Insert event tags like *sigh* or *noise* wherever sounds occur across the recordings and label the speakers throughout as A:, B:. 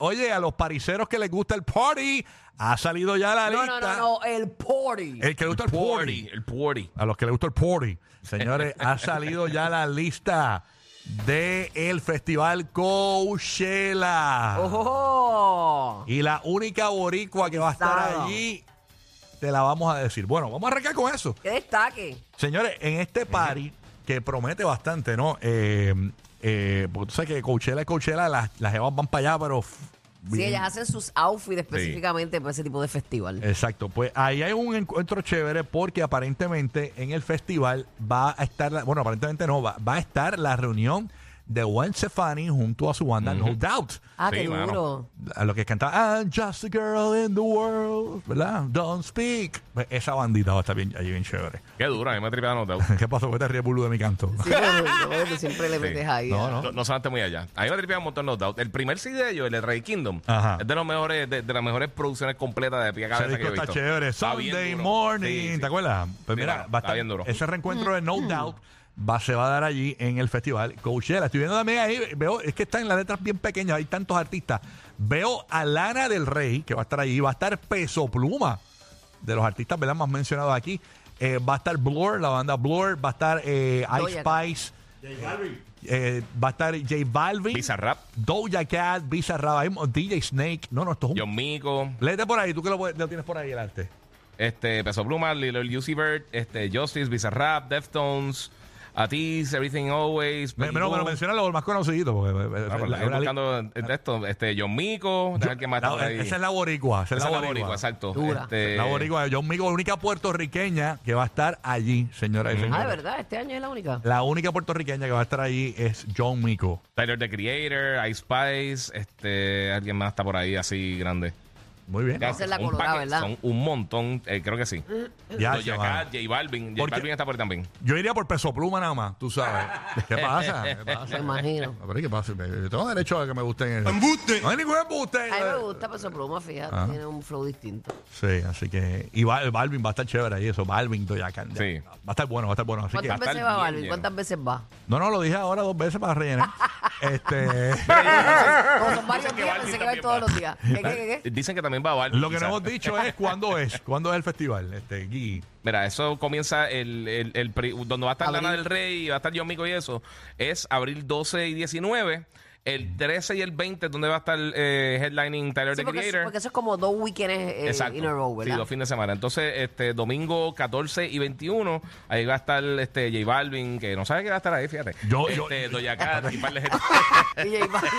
A: Oye, a los pariseros que les gusta el party, ha salido ya la
B: No, no,
A: lista.
B: no, no, el party.
A: El que le gusta el party.
C: Party, el party.
A: A los que les gusta el party. Señores, ha salido ya la lista del el Festival Coachella.
B: ¡Oh!
A: Y la única boricua que va a estar
B: Pesado.
A: allí, te la vamos a decir. Bueno, vamos a arrancar con eso.
B: ¡Qué destaque!
A: Señores, en este party que promete bastante, ¿no? Eh, eh, porque tú sabes que Coachella es Coachella, las, las jevas van para allá, pero... f-
B: Sí,
A: bien-
B: ellas hacen sus outfits específicamente para ese tipo de festival.
C: Eh,
A: Exacto, pues ahí hay un encuentro chévere porque aparentemente en el festival va a estar, la- bueno, aparentemente no, va, va a estar la reunión de Gwen Stefani junto a su banda No Doubt.
B: ah,
C: sí,
B: qué
C: mano. *laughs*
B: duro.
A: A lo que cantaba I'm just a girl in the world, ¿verdad? Don't speak. Pues esa bandita va a estar bien, ahí bien chévere.
C: Qué dura, a mí me tripearon los dedos.
A: ¿Qué pasó? ¿Qué te ríes, Bulú, de mi canto?
B: Sí, pero, pero tú siempre le metes
A: *laughs*
B: ahí.
A: No,
B: ¿eh?
A: no.
C: No, no sonaste muy allá. A mí me tripearon un montón los doubts. El primer CD de ellos, el de Ray Kingdom,
A: Ajá.
C: es de, los mejores, de, de las mejores producciones completas de pie a
A: Ese
C: cabeza que yo
A: disco
C: he
A: está
C: visto.
A: chévere.
C: Está bien
A: Sunday
C: duro.
A: morning.
C: Sí, sí.
A: ¿Te acuerdas? Pues
C: Sí,
A: mira,
C: mano,
A: va a
C: está
A: estar-
C: bien duro.
A: Ese reencuentro de
B: Mm.
A: No Doubt va, se va a dar allí en el festival Coachella. Estoy viendo también ahí, veo, es que están las letras bien pequeñas, hay tantos artistas. Veo a Lana del Rey, que va a estar allí, va a estar Peso Pluma, de los artistas ¿verdad? más mencionados aquí. Eh, va a estar Blur, la banda Blur, va a estar eh, Ice
B: Doja Cat.
A: Spice. eh, va a estar J Balvin,
C: Bizarrap.
A: Doja Cat, Bizarrap, hay un- DJ Snake. No, no, esto es un
C: John Mico,
A: Léete por ahí, tú que lo, puedes- lo tienes por ahí el arte.
C: este, Peso Pluma, Lil Uzi Vert, este, Justice, Bizarrap, Deftones, Atis, Everything Always.
A: Me, me, no, me lo menciona lo más conocido. Porque, eh,
C: Ah, pero
A: la-
C: estoy
A: la-
C: buscando el- esto, este, John Mico, deja que más
A: la-
C: está por ahí.
A: esa es la boricua. Esa es la boricua,
C: exacto.
B: Dura.
C: Este,
A: La boricua. Yo amigo, la única puertorriqueña que va a estar allí, señora y
B: Ah, de
A: señores.
B: verdad, este año es la única.
A: La única puertorriqueña que va a estar allí es John Mico.
C: Tyler the Creator, Ice Spice, este, alguien más está por ahí así grande.
A: Muy bien.
B: Esa es la
C: son un
B: colorada, ¿verdad?
C: Son un montón, eh, creo que sí.
A: Ya,
C: Doja
A: chaval.
C: Cat, J Balvin, J
A: Porque-
C: Balvin está por ahí también.
A: Yo iría por peso pluma nada más, tú sabes. ¿Qué pasa? ¿Qué pasa?
B: Me
C: *laughs*
B: imagino.
A: A ver, ¿qué pasa? Yo tengo derecho a que me gusten. ¡Embuste! No hay ningún embuste.
B: A mí me
C: *laughs*
B: gusta Peso Pluma, fíjate,
A: Ah.
B: tiene un flow distinto.
A: Sí, así que. Y Bal- Balvin va a estar chévere ahí, eso. Balvin, Doja Cat.
C: Sí.
A: Va a estar bueno, va a estar bueno. Así que,
B: ¿Cuántas
C: va a estar
B: veces va
C: bien
B: Balvin?
C: lleno.
B: ¿Cuántas veces
C: *laughs*
B: va?
A: No, no, lo dije ahora dos veces para rellenar. este,
B: Como son varios
C: Dicen que
B: días,
C: Balvin
B: pensé que va a ir
C: también
B: todos
C: va.
B: los días. ¿Qué, qué, qué,
C: *laughs*
B: qué?
C: Eh, Dicen que también va a Balvin.
A: lo que no
C: quizás.
A: hemos dicho es cuándo es, cuándo es el festival, este, Gigi.
C: Mira, eso comienza el, el, el pri- donde va a estar
B: Abril.
C: Lana del Rey y va a estar John Mico y eso. Es abril 12 y 19. El 13 y el 20 es donde va a estar eh, headlining Tyler
B: Sí,
C: the
B: porque, eso,
C: Creator.
B: porque eso es como dos weekends eh, in a row,
C: Sí,
B: ¿verdad?
C: dos fines de semana. Entonces, este domingo 14 y 21, ahí va a estar este J Balvin, que no sabe que va a estar ahí, fíjate.
A: Yo- Ah. yo-
C: este,
A: *laughs*
C: Doja Cat y par de gente.
B: *laughs* Y J Balvin.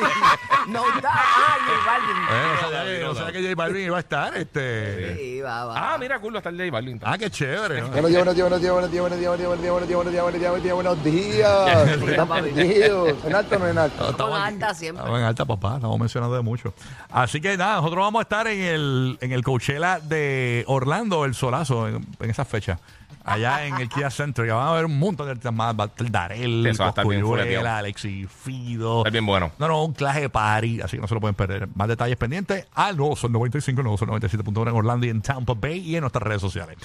B: *laughs* No, está. Ah, J
C: *laughs*
B: Balvin.
A: Eh, no
C: no,
A: sabía, que-
C: no,
A: no
C: no.
A: sabía que J Balvin iba a estar. Este.
B: Sí, va, va.
C: Ah, mira, cool, va a estar J Balvin.
A: Ah, qué chévere. ¿no?
D: Buenos días, buenos días, buenos días, buenos días, buenos días, buenos días, buenos días, buenos días, buenos días, buenos días, buenos días. Porque Están perdidos. ¿En alto o no en alto?
B: Estamos en alta siempre.
A: Estamos en alta, papá. Estamos mencionando de mucho. Así que nada, nosotros vamos a estar en el, en el Coachella de Orlando, el Solazo, en, en esa fecha. Allá en el Kia Center, que van a haber un montón de artistas más. Va a estar Darel,
C: Eso va a estar bien
A: Cosculluela,
C: fuleteado.
A: Alexi Fido.
C: Está bien bueno.
A: No, no, un clase de party, así que no se lo pueden perder. Más detalles pendientes al nuevo Sol 95, nuevo Sol 97.1 en Orlando y en Tampa Bay y en nuestras redes sociales.